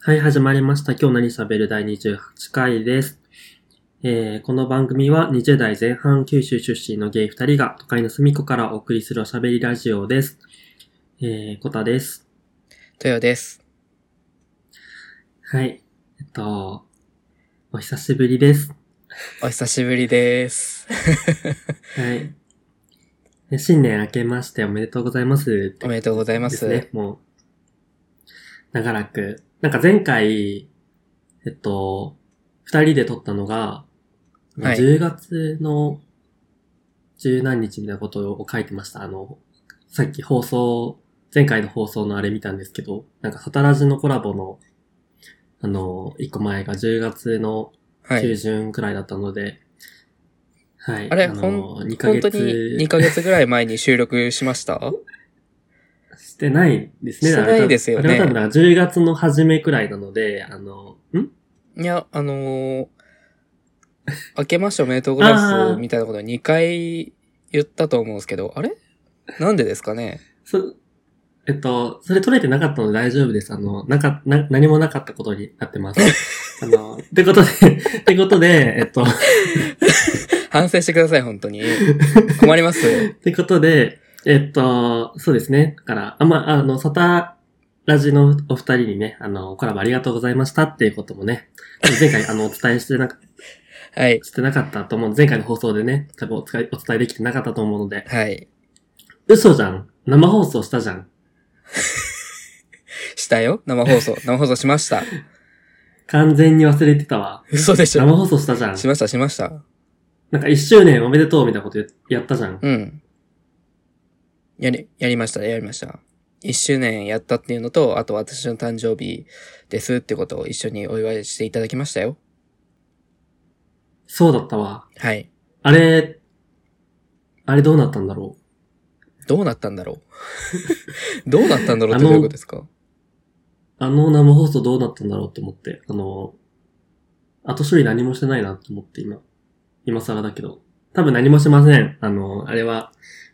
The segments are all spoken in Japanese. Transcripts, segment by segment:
はい、始まりました。今日何喋る第28回です。えーこの番組は20代前半九州出身のゲイ2人が都会の隅っこからお送りするおしゃべりラジオです。えー、コタです。トヨです。はい。えっと、お久しぶりです。お久しぶりです。はい。で新年明けましておめでとうございますっておめでとうございま。ですすね、もう。長らく。なんか前回、えっと、二人で撮ったのが、はい10月の十何日みたいなことを書いてました。あの、さっき放送、前回の放送のあれ見たんですけど、なんかサタラジのコラボの、あの、一個前が10月のはい中。旬くらいだったので、はい。あれ、のほん、二ヶ本当月に2ヶ月ぐらい前に収録しましたしてないですね。してないですよねあれは多分だから10月の初めくらいなので、あの、んいや、あのー、明けましておめでとうございまあーす、みたいなことを2回言ったと思うんですけど、あれなんでですかねそ、えっと、それ取れてなかったので大丈夫です。あの、なか、な、何もなかったことになって ます。あの、ってことで、ってことで、えっと、反省してください、本当に。困ります。ってことで、えっと、そうですね。だから、あんま、あの、サタラジのお二人にね、あの、コラボありがとうございましたっていうこともね、前回、あの、お伝えしてなかはい。してなかったと思う。前回の放送でね、多分お伝えお伝えできてなかったと思うので、はい。嘘じゃん。生放送したじゃん。したよ生放送。生放送しました。完全に忘れてたわ。嘘でし生ょ放送したじゃん。しました、しました。なんか一周年おめでとうみたいなことややったじゃん。うん。やり、やりましたね、やりました。一周年やったっていうのと、あと私の誕生日ですってことを一緒にお祝いしていただきましたよ。そうだったわ。はい。あれ、あれどうなったんだろどうなったんだろうどうなったんだろうっあてのどういうことですかう。あの生放送どうなったんだろうって思って。あの、後処理何もしてないなって思って今。今更だけど。多分何もしません。あの、あれは。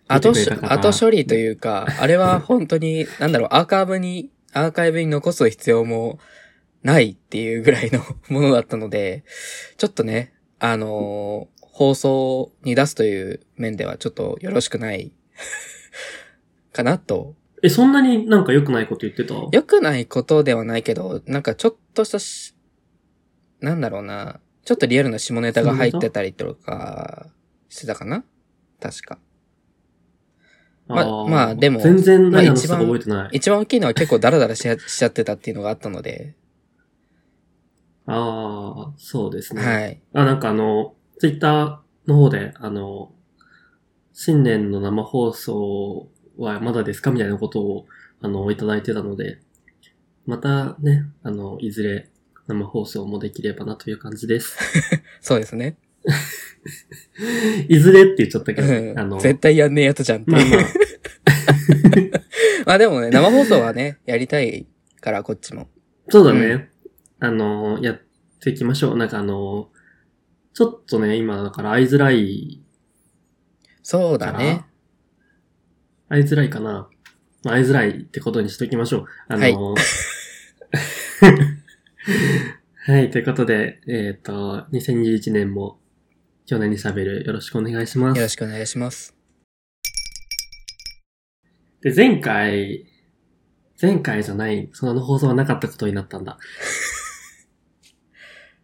後見て処くれた方後処理というか、あれは本 当に、なんだろう、アーカイブに、アーカイブに残す必要もないっていうぐらいのものだったので、ちょっとね、あのー放送に出すという面ではちょっとよろしくない かなと。え、そんなになんか良くないこと言ってた良くないことではないけど、なんかちょっとしたし、なんだろうな、ちょっとリアルな下ネタが入ってたりとかしてたかな確か。まーまあでも全然何まあ話し一た番か覚えてない。一番大きいのは結構ダラダラしやしちゃってたっていうのがあったので、ああ、そうですね。はい。あ、なんかあの、ツイッターの方で、あの、新年の生放送はまだですかみたいなことを、あの、いただいてたので、またね、あの、いずれ生放送もできればなという感じです。 そうですね。いずれって言っちゃったけど、うあのん、 絶対やんねえやつじゃんってまあいう。まあ、まあでもね、生放送はね、やりたいから、こっちも。そうだね。あの、やっていきましょう。なんかあの、ちょっとね、今だから会いづらいそうだね。会いづらいかな。まあ会いづらいってことにしときましょう。あのー はい。ということで、えっ、と、2021年も、去年に喋る、よろしくお願いしまよろす。しくお願いします。で、前回、前回じゃない、その放送はなかったことになったんだ。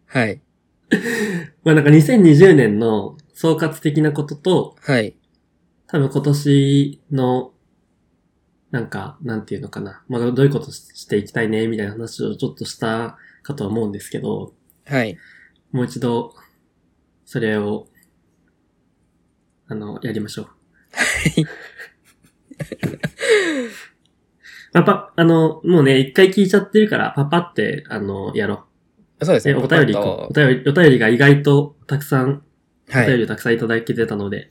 はい。まあなんか2020年の総括的なことと、はい。多分今年の、なんか、なんていうのかな。まあどういうことししていきたいね、みたいな話をちょっとしたかとは思うんですけど、はい。もう一度、それを、あの、やりましょう。まあ、パあの、もうね、一回聞いちゃってるから、パパって、あの、やろそうですう。ね。え、お便り、パパおッと便り、お便りが意外とたくさん、おは便い。りをたくさんいただけてたので。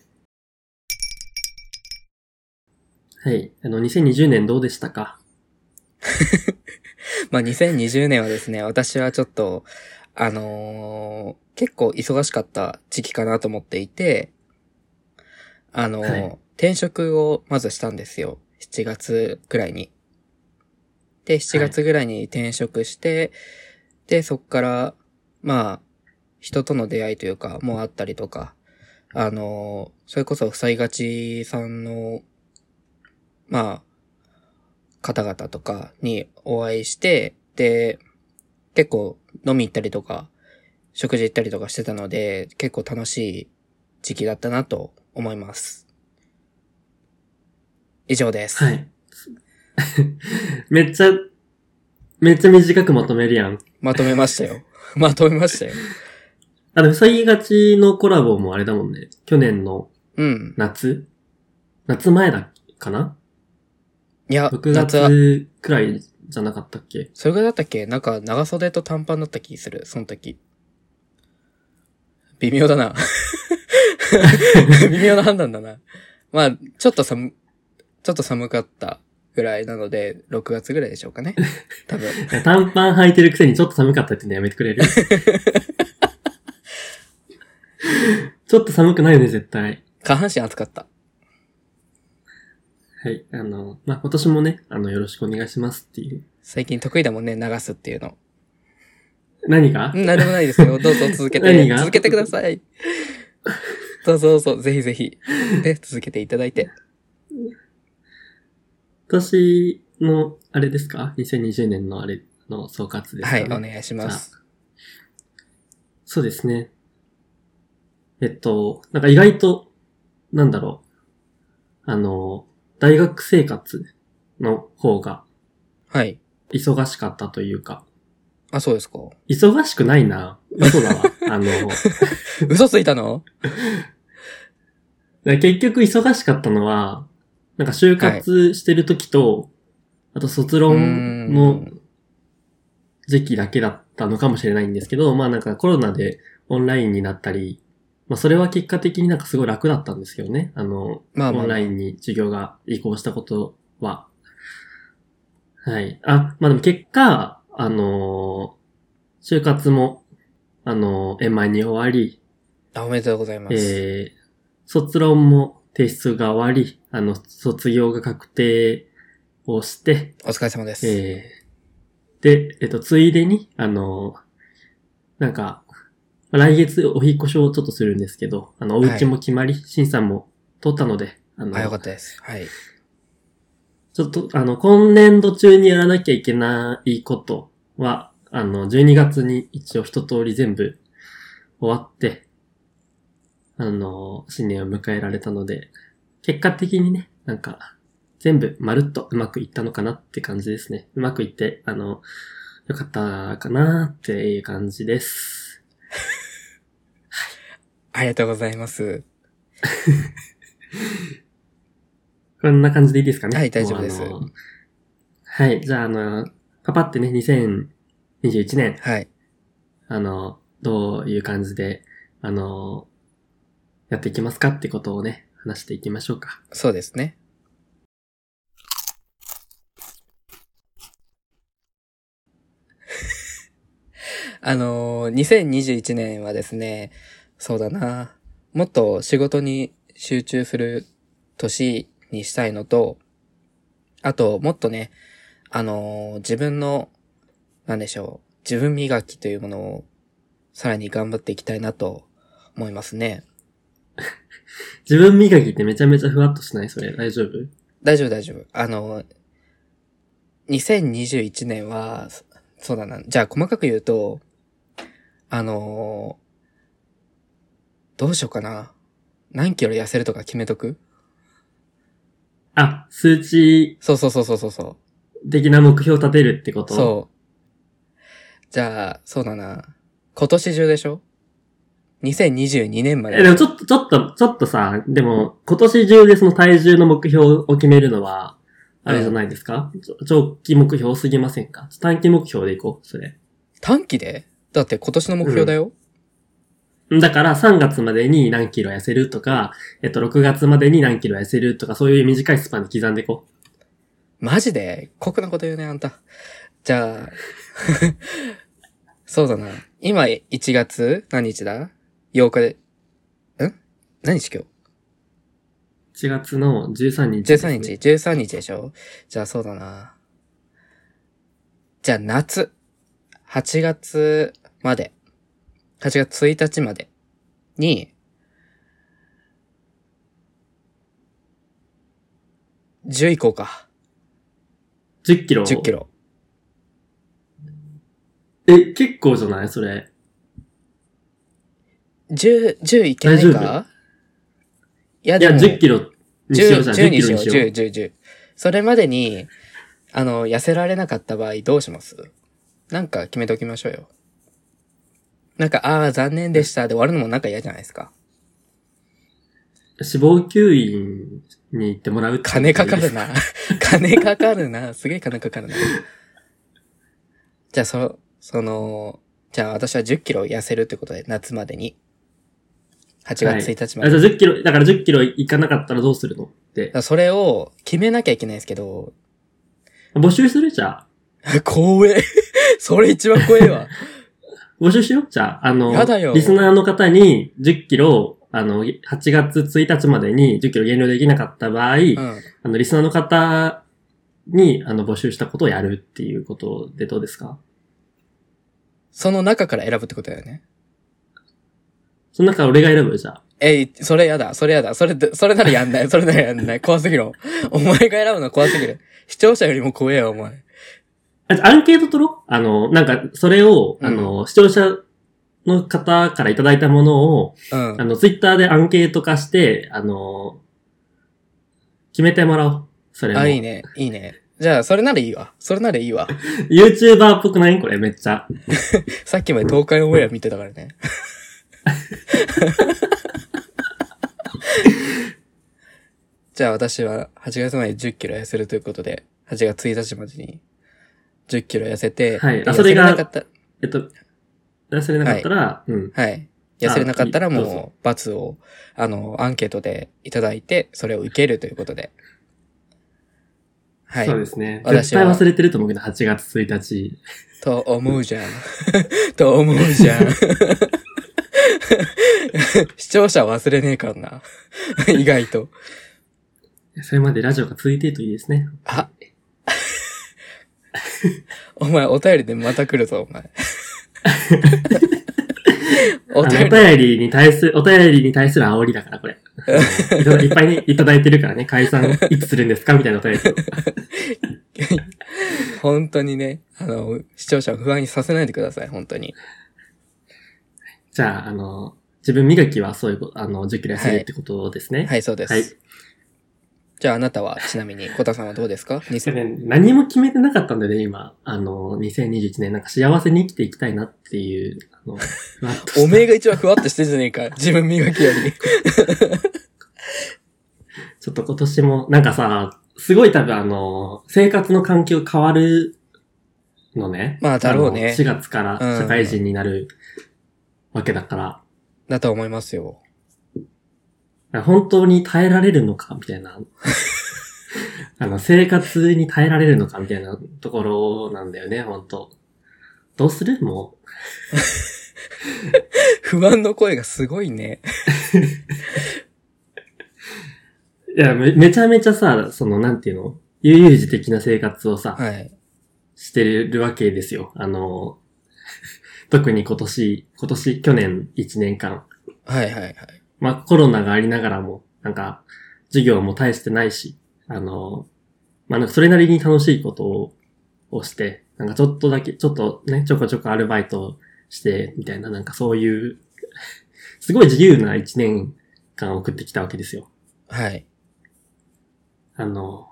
はい。あの、2020年どうでしたかまあ2020年はですね、私はちょっと、あのー結構忙しかった時期かなと思っていて、あのーはい転職をまずしたんですよ。7月くらいに。で、7月ぐらいに転職して、で、そっから、まあ、人との出会いというか、もうあったりとか、あの、それこそ、塞がちさんの、まあ、方々とかにお会いして、で、結構飲み行ったりとか、食事行ったりとかしてたので、結構楽しい時期だったなと思います。以上です。はい。 めっちゃ、めっちゃ短くまとめるやん。まとめましたよ。 まとめましたよ。あ、でも、塞ぎがちのコラボもあれだもんね。去年のうん。夏夏前だかないや、 ?6 夏は、月くらいじゃなかったっけそれぐらいだったっけなんか、長袖と短パンだった気する、その時。微妙だな。 微妙な判断だな。まあ、ちょっと寒、ちょっと寒かったぐらいなので、6月ぐらいでしょうかね。多分。短パン履いてるくせにちょっと寒かったっていうのやめてくれ るちょっと寒くないよね、絶対。下半身暑かった。はい。あの、まあ、今年もね、あの、よろしくお願いしますっていう。最近得意だもんね、流すっていうの。何がうんなんでもないですよ。どうぞ続けて何。が続けてください。どうぞどうぞ、ぜひぜひ。ね、続けていただいて。今年の、あれですか ?2020 年のあれの総括ですか、はい、お願いします。そうですね。えっと、なんか意外と、なんだろう。あの、大学生活の方がはい。忙しかったというか、あ、そうですか。忙しくないな。嘘 だわ。あの、嘘ついたの結局忙しかったのは、なんか就活してる時と、あと卒論の時期だけだったのかもしれないんですけど、まあなんかコロナでオンラインになったり、まあそれは結果的になんかすごい楽だったんですけどね。あの、まあまあまあオンラインに授業が移行したことは。はい。あ、まあでも結果、あのー就活も、あのー円満に終わり、あ、おめでとうございます。えー、卒論も提出が終わり、あの、卒業が確定をして、お疲れ様です。えーで、えっと、ついでに、あの、なんか、まあ来月お引っ越しをちょっとするんですけど、あの、お家も決まり、審査も取ったので、あの、あ、よかったです。はい。ちょっと、あの、今年度中にやらなきゃいけないことは、あの、12月に一応一通り全部終わって、あの、新年を迎えられたので、結果的にね、なんか、全部まるっとうまくいったのかなって感じですね。うまくいって、あの、よかったかなっていう感じです。ありがとうございます。こんな感じでいいですかね。はい大丈夫ですもうあのはい、じゃあ、あの、パパってね、2021年、はい。あの、どういう感じで、あの、やっていきますかってことをね、話していきましょうか。そうですね。 あのー、2021年はですね、そうだな。もっと仕事に集中する年にしたいのと、あと、もっとね、あのー、自分の、なんでしょう、自分磨きというものを、さらに頑張っていきたいなと思いますね。自分磨きってめちゃめちゃふわっとしないそれ大丈夫大丈夫大丈夫。あの、2021年は、そそうだな。じゃあ細かく言うと、あのどうしようかな。何キロ痩せるとか決めとくあ、数値そうそうそうそうそうそう。的な目標を立てるってことそう。じゃあ、そうだな。今年中でしょ ?2022 年まえ、でで。もちょっと、ちょっと、ちょっとさ、でも、今年中でその体重の目標を決めるのは、あれじゃないですか、ちょ長期目標すぎませんか短期目標でいこう、それ。短期でだって今年の目標だよ。だから3月までに何キロ痩せるとか、えっと6月までに何キロ痩せるとか、そういう短いスパンで刻んでいこう。マジで酷なこと言うね、あんた。じゃあ、 そうだな。今、1月何日だ ?8 日で、ん何日今1月の13日日ですね、 ?13 日 ?13 日でしょじゃあそうだな。じゃあ夏。8月まで。8月1日までに、10行こうか。 10キロ。 10キロ。え、結構じゃないそれ。 10、10いけない大丈かいやいや、10キロロにしようじ10、ゃん。 10 10にキロしよにう、しよ10、う。 10、10。それまでに、あの、痩せられなかった場合どうしますなんか決めておきましょうよ。なんか、ああ、残念でしたで終わるのもなんか嫌じゃないですか。死亡吸引に行ってもらうっていう金かかるな。 金かかるな。すげえ金かかるな。じゃあ、そ、その、じゃあ私は10キロ痩せるってことで、夏までに。8はい月1日まあ、でじゃあ10キロ、だから10キロ行かなかったらどうするのってだか。らそれを決めなきゃいけないんですけど、募集するじゃあ。 怖え。それ一番怖えわ。募集しようじゃあ、あのやだよ、リスナーの方に10キロ、あの、8月1日までに10キロ減量できなかった場合、 うん。あの、リスナーの方に、あの、募集したことをやるっていうことでどうですかその中から選ぶってことだよね。その中俺が選ぶじゃあ。えい、それやだ、それやだ、それ、それならやんない、それ ならやんない。怖すぎる。 お前が選ぶの怖すぎる。視聴者よりも怖えわ、お前。あじゃあアンケート取ろうあの、なんか、それを、うんあの、視聴者の方からいただいたものを、うんあ。の、ツイッターでアンケート化して、あの、決めてもらおう。それも。あ、いいね、いいね。じゃあ、それならいいわ。それならいいわ。 YouTuber っぽくないこれめっちゃ。さっきまで東海オンエア見てたからね。じゃあ私は8月まで10キロ痩せるということで、8月1日までに10キロ痩せて、はいであそれが痩せなかったえっと、痩せれなかったら、うん。はい。痩せれなかったらあいいどうもう、罰を、あの、アンケートでいただいて、それを受けるということで。はいそう。ですね。絶私は対忘れてると思うけど、8月1日。と思うじゃん。 と思うじゃん。 視聴者忘れねえからな。 意外と。それまでラジオが続いているといいですね。あ。 お前、お便りでまた来るぞ、お前。おお便りお便便りに対する、お便りに対する煽りだから、 これ。いただいっぱいね、いただいてるからね、解散いつするんですかみたいなお便り。り、本当にね、あの、視聴者を不安にさせないでください、本当に。じゃあ、あの、自分磨きはそういうこと、あの、10キロ痩せるってことですね。はい、そうです。はいじゃあ、あなたは、ちなみに、小田さんはどうで すかそ2000れね何も決めてなかったんだよね、今。あの、2021年、なんか幸せに生きていきたいなっていう、あ の、ふわっとしたおめえが一番ふわっとしてんじゃねえか。自分磨きより。 ちょっと今年も、なんかさ、すごい多分あの、生活の環境変わるのね。まあだろうねあの4月からうん社会人になるわけだから、だと思いますよ。本当に耐えられるのかみたい な。あの、生活に耐えられるのかみたいなところなんだよね、本当どうするも不安の声がすごいね。う。いやめ、めちゃめちゃさ、その、なんていうの悠々自適な生活をさ、はい。してるわけですよ。あの、 特に今年、今年、去年1年間。はいはいはい。まあ、コロナがありながらも、なんか、授業も大してないし、あの、まあ、なんかそれなりに楽しいことををして、なんかちょっとだけ、ちょっとね、ちょこちょこアルバイトして、みたいな、なんかそういう、 すごい自由な一年間を送ってきたわけですよ。はい。あの、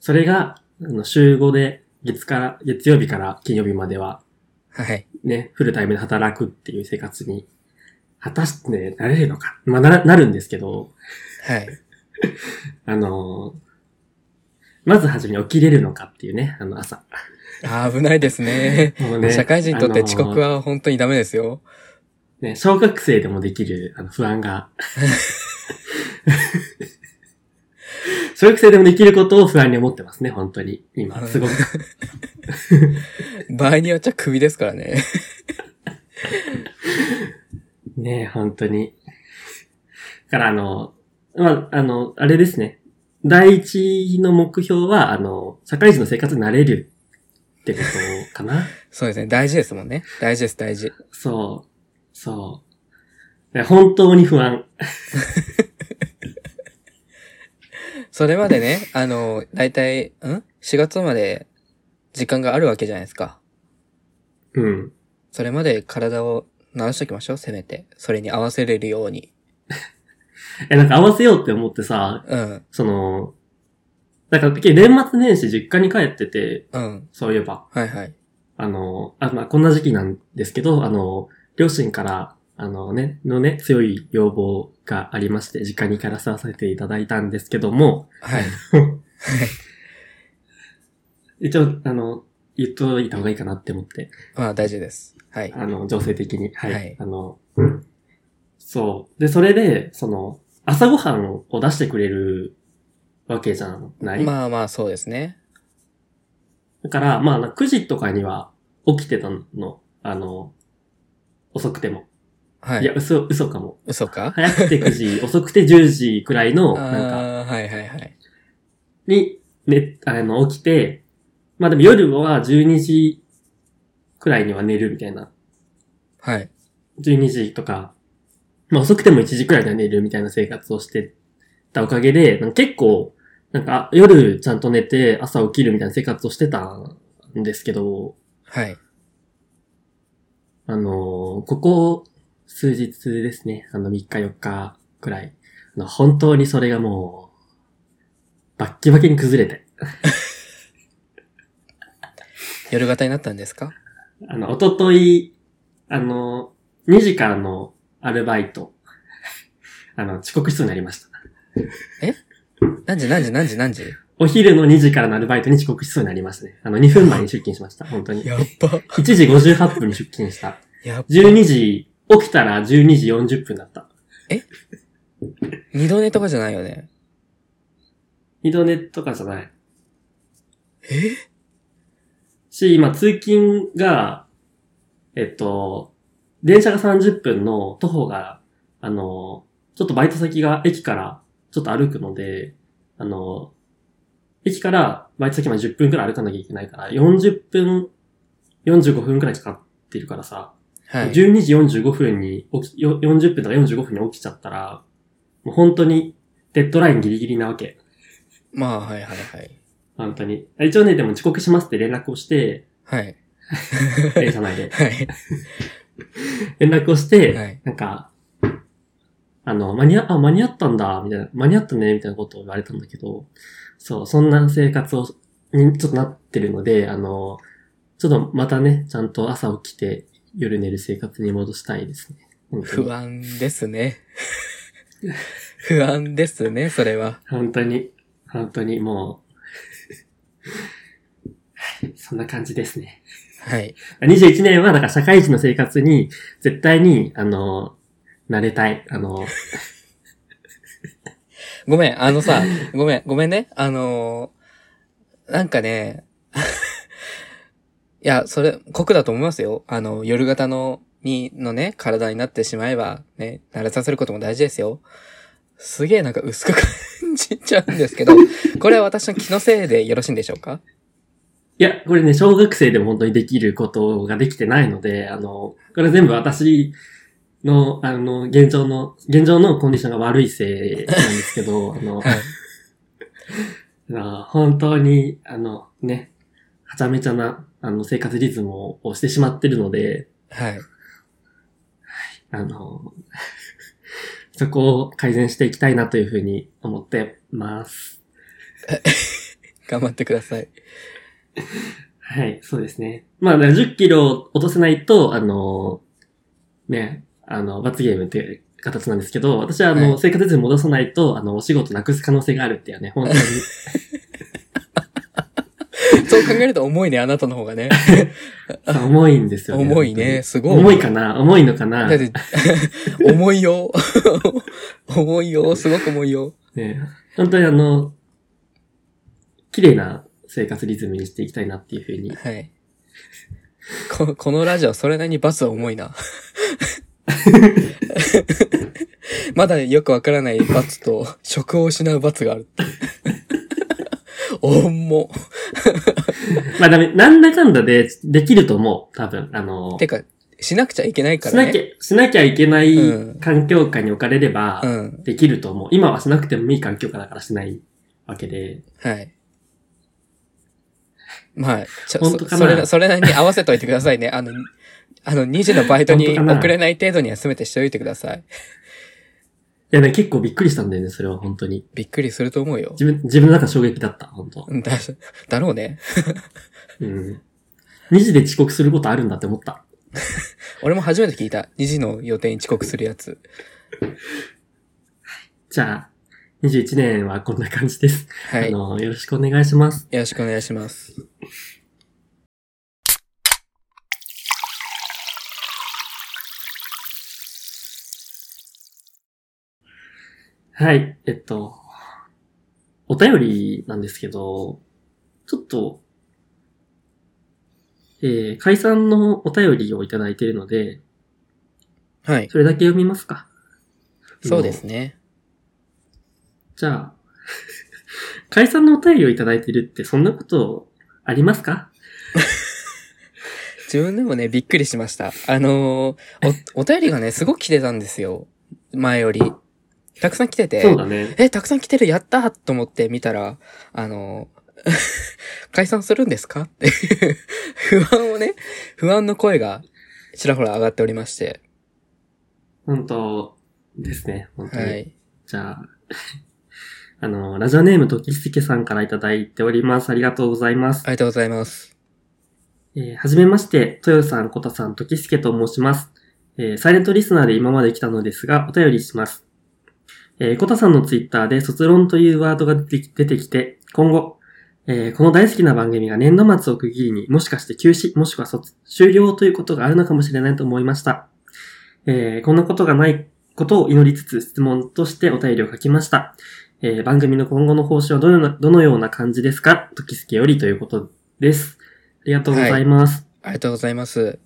それが、あの週5で、月から、月曜日から金曜日までは、はい。ね、フルタイムで働くっていう生活に、果たしてね、なれるのか。まあ、な、なるんですけど、はい。あのーまずはじめに起きれるのかっていうね、あの朝。あー危ないですね。もう ね 社会人にとって遅刻、あのは本当にダメですよ。ーね、小学生でもできるあの不安 が。小学生でもできることを不安に思ってますね、本当に。今、すごく。場合によっちゃ首ですからね。 ねえ、本当に。だから、あの、まあ、あの、あれですね。第一の目標は、あの、社会人の生活になれるってことかな。そうですね。大事ですもんね。大事です、大事。そう。そう。いや本当に不安。それまでね、あの、だいたい、ん ?4 月まで時間があるわけじゃないですか。うん。それまで体を治しときましょう、せめて。それに合わせれるように。え、なんか合わせようって思ってさ、うん、その、なんか結局年末年始実家に帰ってて、うん。そういえば、はいはい。あの、あ、まあ、こんな時期なんですけど、あの、両親から、あのね、のね、強い要望がありまして、実家に帰らさせていただいたんですけども、 はい。一応、あの、言っといた方がいいかなって思って、まあ大事です。はい。あの、情勢的に。はい。はいあの、そう。で、それで、その、朝ごはんを出してくれるわけじゃない、まあまあそうですね。だから、まあ、な9時とかには起きてたの。あの、遅くても。、はいいや、。嘘、嘘かも。嘘か早くて9時、遅くて10時くらいの、あなんか、あー、はいはいはい。に、ね、あの、起きて、まあでも夜は12時くらいには寝るみたいな。はい。 12時とか、まあ遅くても1時くらいには寝るみたいな生活をしてたおかげで、なんか結構、なんか夜ちゃんと寝て朝起きるみたいな生活をしてたんですけど、はい。あのーここ数日ですね、あの3日4日くらい、あの本当にそれがもう、バッキバキに崩れて、夜型になったんですかあの、おととい、あの2時からのアルバイト、 あの、遅刻しそうになりました。何時何時何時何時お昼の2時からのアルバイトに遅刻しそうになりましたね。あの、2分前に出勤しました、本当に。やっば。 1時58分に出勤した。やっば。 12時、起きたら12時40分だった。二度寝とかじゃないよね。二度寝とかじゃない。えし、今、通勤が、えっと、電車が30分の徒歩が、あの、ちょっとバイト先が駅からちょっと歩くので、あの、駅からバイト先まで10分くらい歩かなきゃいけないから、40分、45分くらいかかってるからさ、はい。 12時45分に起き、よ40分とか45分に起きちゃったら、もう本当にデッドラインギリギリなわけ。まあ、はいはいはい。本当に。一応ね、でも遅刻しますって連絡をして、はい。 電車内で。はい。連絡をして、はいなんか、あの、間に合、あ、間に合ったんだ、みたいな、間に合ったね、みたいなことを言われたんだけど、そう、そんな生活を、にちょっとなってるので、あの、ちょっとまたね、ちゃんと朝起きて、夜寝る生活に戻したいですね。本当に不。安ですね。 不安ですね、それは。本当に、本当にもう、 そんな感じですね。はい。 21年は、だから社会人の生活に、絶対に、あの、慣れたい。あの、ごめん、あのさ、 ごめん、ごめんね。あのーなんかね、 いや、それ、酷だと思いますよ。あの、夜型の、に、のね、体になってしまえば、ね、慣れさせることも大事ですよ。すげえなんか薄く感じちゃうんですけ ど、これは私の気のせいでよろしいんでしょうかいや、これね、小学生でも本当にできることができてないので、あの、これ全部私の、あの、現状の、現状のコンディションが悪いせいなんですけど、あの、はい。あ本当に、あの、ね、はちゃめちゃな、あの、生活リズムををしてしまってるので、はい。あの、 そこを改善していきたいなというふうに思ってます。頑張ってください。はい、そうですね。まあ、だから10キロ落とせないと、あの、ね、あの、罰ゲームっていう形なんですけど、私はあの、はい生活リズム戻さないと、あの、お仕事なくす可能性があるっていうね、本 当に。そう考えると重いね、あなたの方がね。そう重いんですよね。重いね、す本ご当い。に。重いかな重いのかなだって、 重いよ。重いよ、すごく重いよ。ね、本当にあの、綺麗な生活リズムにしていきたいなっていうふうに。はい。こ このラジオ、それなりにバスは重 いな。まだよくわからない罰と、職を失う罰がある。 重まあダメ、なんだかんだで、できると思う。多分、あのっ。、てか、しなくちゃいけないかしらなね。きゃ、しなきゃいけないうん環境下に置かれれば、うん。できると思う。今はしなくてもいい環境下だからしないわけで。はい。まあ、ちょ本当かそなそれな、それなりに合わせといてくださいね。あの、あの、2時のバイトに本当かな遅れない程度には全てしておいてください。いやね、結構びっくりしたんだよね、それは本当に。びっくりすると思うよ。自分、自分の中衝撃だった、本当。うんだ、だろうね。うん。2時で遅刻することあるんだって思った。俺も初めて聞いた。2時の予定に遅刻するやつ。じゃあ、21年はこんな感じです。はい。あよの、よろしくお願いします。ろしくお願いします。はい、えっと、お便りなんですけど、ちょっと、えー、解散のお便りをいただいているので、はい。それだけ読みますか。そうですね。じゃあ、 解散のお便りをいただいているって、そんなことありますか自分でもね、びっくりしました。あのー お、お便りがね、すごく来てたんですよ。前より。たくさん来てて。そうだね。え、たくさん来てる、やったーと思って見たら、あの、 解散するんですかって いう不安をね、不安の声がちらほら上がっておりまして。本当ですね、本当はに。い。じゃあ、 あの、ラジオネームときすけさんからいただいております。ありがとうございますあ。りがとうございます。えーはじめまして、豊さん、こたさん、ときすけと申します。えーサイレントリスナーで今まで来たのですが、お便りします。えー、こたさんのツイッターで卒論というワードが出てき出てきて、今後、えーこの大好きな番組が年度末を区切りにもしかして休止、もしくは卒、終了ということがあるのかもしれないと思いました。えーこんなことがないことを祈りつつ質問としてお便りを書きました。えー番組の今後の方針はどのような、どのような感じですかときすけよりということです。ありがとうございます。ありがとうございます。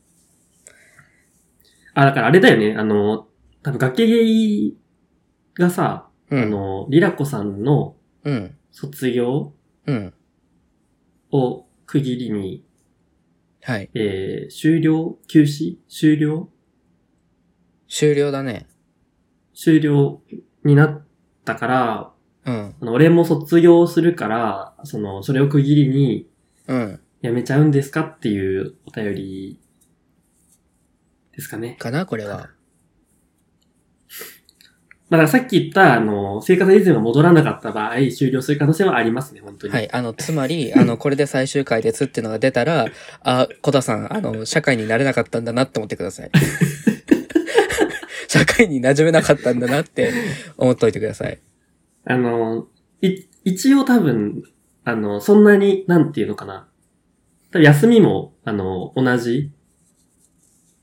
あ、だからあれだよね、あの、多分崖ゲイがさ、うあん。の、リラコさんのうん。卒業うん。を区切りに、はい。えー、終了休止終了終了だね。終了になったから、うん。あの、俺も卒業するから、その、それを区切りに、うん。やめちゃうんですかっていうお便り、ですかね。かなこれは。まあだからさっき言った、あの、生活リズムが戻らなかった場合、終了する可能性はありますね、本当に。はい。あの、つま り、あの、これで最終回ですっていうのが出たら、あ、小田さん、あの、社会になれなかったんだなって思ってくだ さい。社会に馴染めなかったんだなって思っといてください。あの、い、一応多分、あの、そんなに、なんていうのかな。多分休みも、あの、同じ。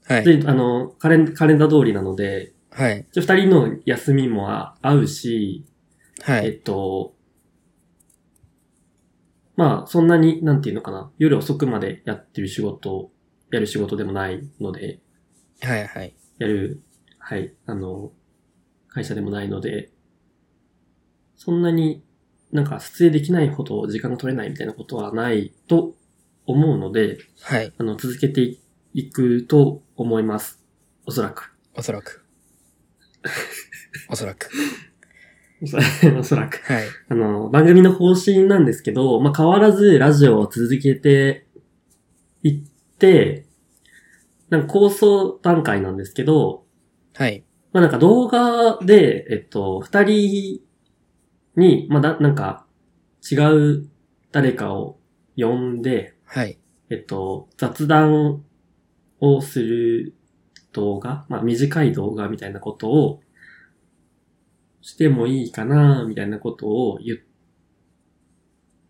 はい。であの、カレン、カレンダー通りなので、はい。一応二人の休みもあ合うし、はえい。っと、まあ、そんなに、なんていうのかな。夜遅くまでやってる仕事、やる仕事でもないので、はい。はい。やる、はい、あの、会社でもないので、そんなになんか撮影できないほど時間が取れないみたいなことはないと思うので、はい。あの、続けていいくと思います。おそらく。おそらく。おそらく。おそおそらく。はい。あの、番組の方針なんですけど、まあ、変わらずラジオを続けていって、なんか構想段階なんですけど、はい。まあなんか動画で、えっと、二人に、まあだ、なんか違う誰かを呼んで、はい。えっと、雑談をする動画、まあ短い動画みたいなことをしてもいいかな、みたいなことを言う、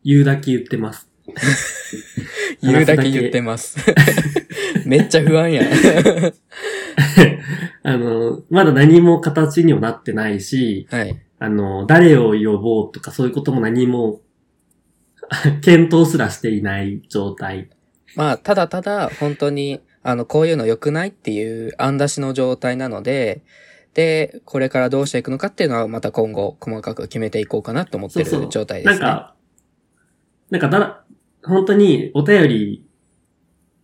言うだけ言ってます。 言うだけ言ってます。 めっちゃ不安や。 あの、まだ何も形にもなってないし、はい。あの、誰を呼ぼうとかそういうことも何も、 検討すらしていない状態。まあ、ただただ、本当に、あの、こういうの良くないっていう案出しの状態なので、で、これからどうしていくのかっていうのは、また今後、細かく決めていこうかなと思ってそうそるう状態でなんすね。か、なんかだら、本当にお便り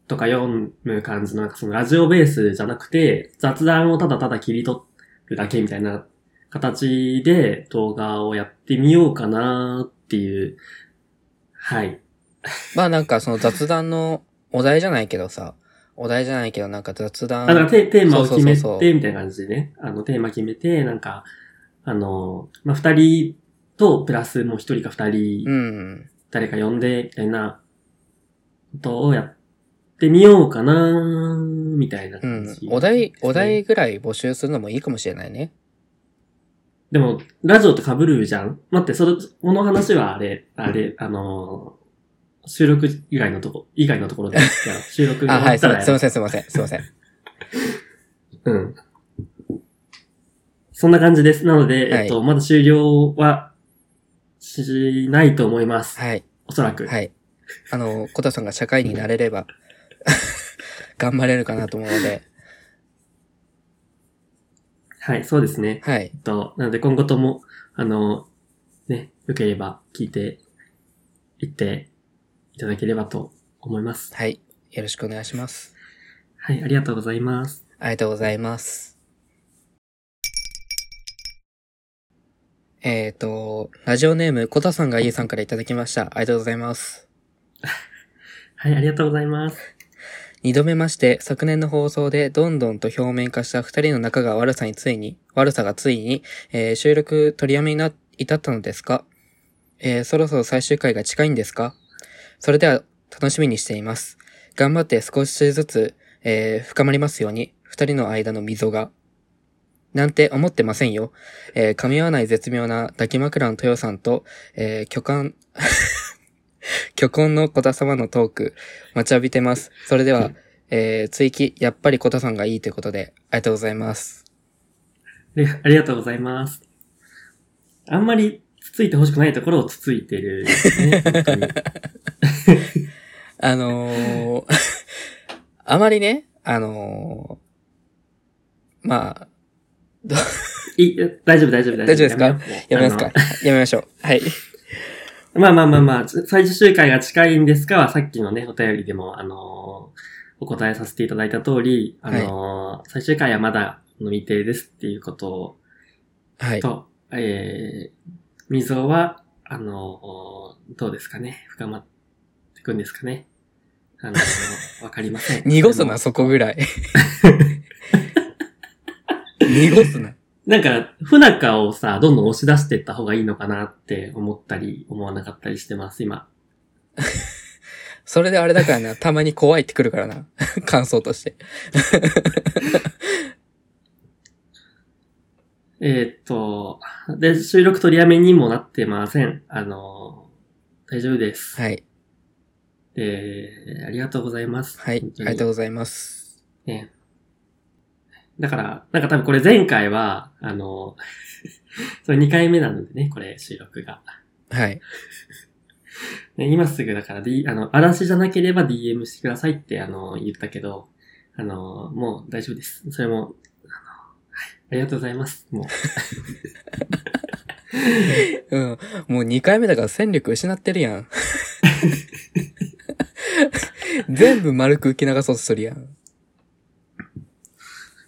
とか読む感じの、なんかそのラジオベースじゃなくて、雑談をただただ切り取るだけみたいな形で動画をやってみようかなっていう、はい。まあなんかその雑談のお題じゃないけどさ、お題じゃないけどなんか雑あ、だから談、テテーマを決めそうそうそうそて、みたいな感じでね。あの、テーマ決めて、なんか、あの、まあ、二人と、プラスもう一人か二人、うん。誰か呼んで、みたいな、ことをやってみようかな、みたいなう感んじ、。お題、お題ぐらい募集するのもいいかもしれないね。でも、ラジオと被るじゃん待って、それ、この話はあれ、あれ、あのー収録以外のとこ、以外のところで、じゃあ収録があ、終はわい、っすたいらません、すいません、すいません。うん。そんな感じです。なので、はいえっと、まだ終了はしないと思います。はい、おそらく。はい。あの、コタさんが社会になれれば、 頑張れるかなと思うので、はい、そうですね。はいえ。っと、なので今後とも、あの、ね、よければ聞いていっていただければと思います。はい。よろしくお願いします。はい、ありがとうございます。ありがとうございます。えっ、と、ラジオネーム、コタさんが家さんからいただきました。ありがとうございます。はい、ありがとうございます。二度目まして、昨年の放送でどんどんと表面化した二人の仲が悪さについに、悪さがついに、えー収録取りやめにな、至ったのですかえーそろそろ最終回が近いんですかそれでは、楽しみにしています。頑張って少しずつ、えー深まりますように、二人の間の溝が。なんて思ってませんよ。えー噛み合わない絶妙な抱き枕の豊さんと、えー巨漢、 巨根の小田様のトーク、待ちわびてます。それでは、えー、追記、やっぱり小田さんがいいということで、ありがとうございます。でありがとうございます。あんまりつついてほしくないところをつついて る、ね。本当にあのー、 あまりね、あのー、まあ、いい大丈夫、大丈夫、大大丈夫ですかややめめようますか。やめましょう。はい。あのまあまあまあまあ、最終回が近いんですかは、さっきのね、お便りでも、あのーお答えさせていただいた通り、あのー最終回はまだの未定ですっていうことをはい。と、えー、溝は、あのーどうですかね深まっていくんですかねあのーわかりません。 濁すな、そこぐらい。濁すな。なんか、不仲をさ、どんどん押し出していった方がいいのかなって思ったり、思わなかったりしてます、今。それであれだからな、たまに怖いってくるからな。感想として。えーっと、で、収録取りやめにもなってません。あのー大丈夫です。はい。えーありがとうございます。はい。本当あにりがとうございます。ね。だから、なんか多分これ前回は、あの、 それ2回目なのでね、これ収録が。はい。ね、今すぐだから、D、あの、嵐じゃなければ DM してくださいって、あの、言ったけど、あの、もう大丈夫です。それも、あの、はい、ありがとうございます。もう。うん。もう2回目だから戦力失ってるやん。全部丸く受け流そうとするやん。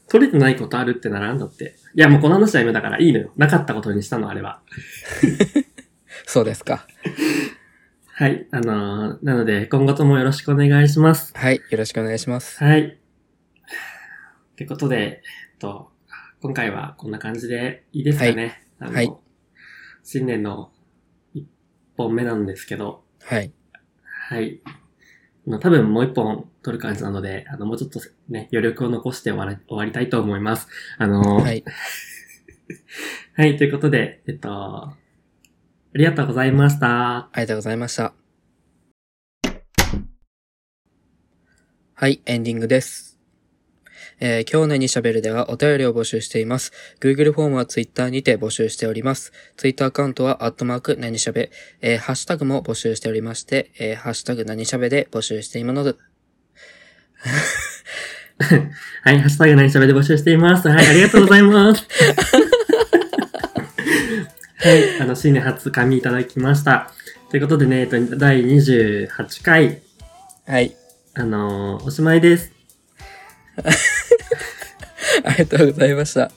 取れてないことあるってならんだって。いや、もうこの話はやめだからいいのよ。なかったことにしたの、あれは。そうですか。はい、あのなので、今後ともよろしくお願いします。はい。よろしくお願いします。はい。ってことで、えっと、今回はこんな感じでいいですかね。あのはい新年の一本目なんですけど、はい。はい。あの多分もう一本取る感じなので、あの、もうちょっとね、余力を残して終わら終わりたいと思います。あの、ははい、い。ということで、えっと、ありがとうございました。ありがとうございました。はい、エンディングです。えー、今日のに喋るではお便りを募集しています。Google フォームは Twitter にて募集しております。Twitter アカウントは、アットマーク、何喋、えー、ハッシュタグも募集しておりまして、えー、ハッシュタグ、何喋で募集しているので、はい、ハッシュタグ何喋で募集しています。はい、ありがとうございます。はい、あの、新年初紙いただきました。ということでね、えっと、第28回、はい。あのーおしまいです。ありがとうございました。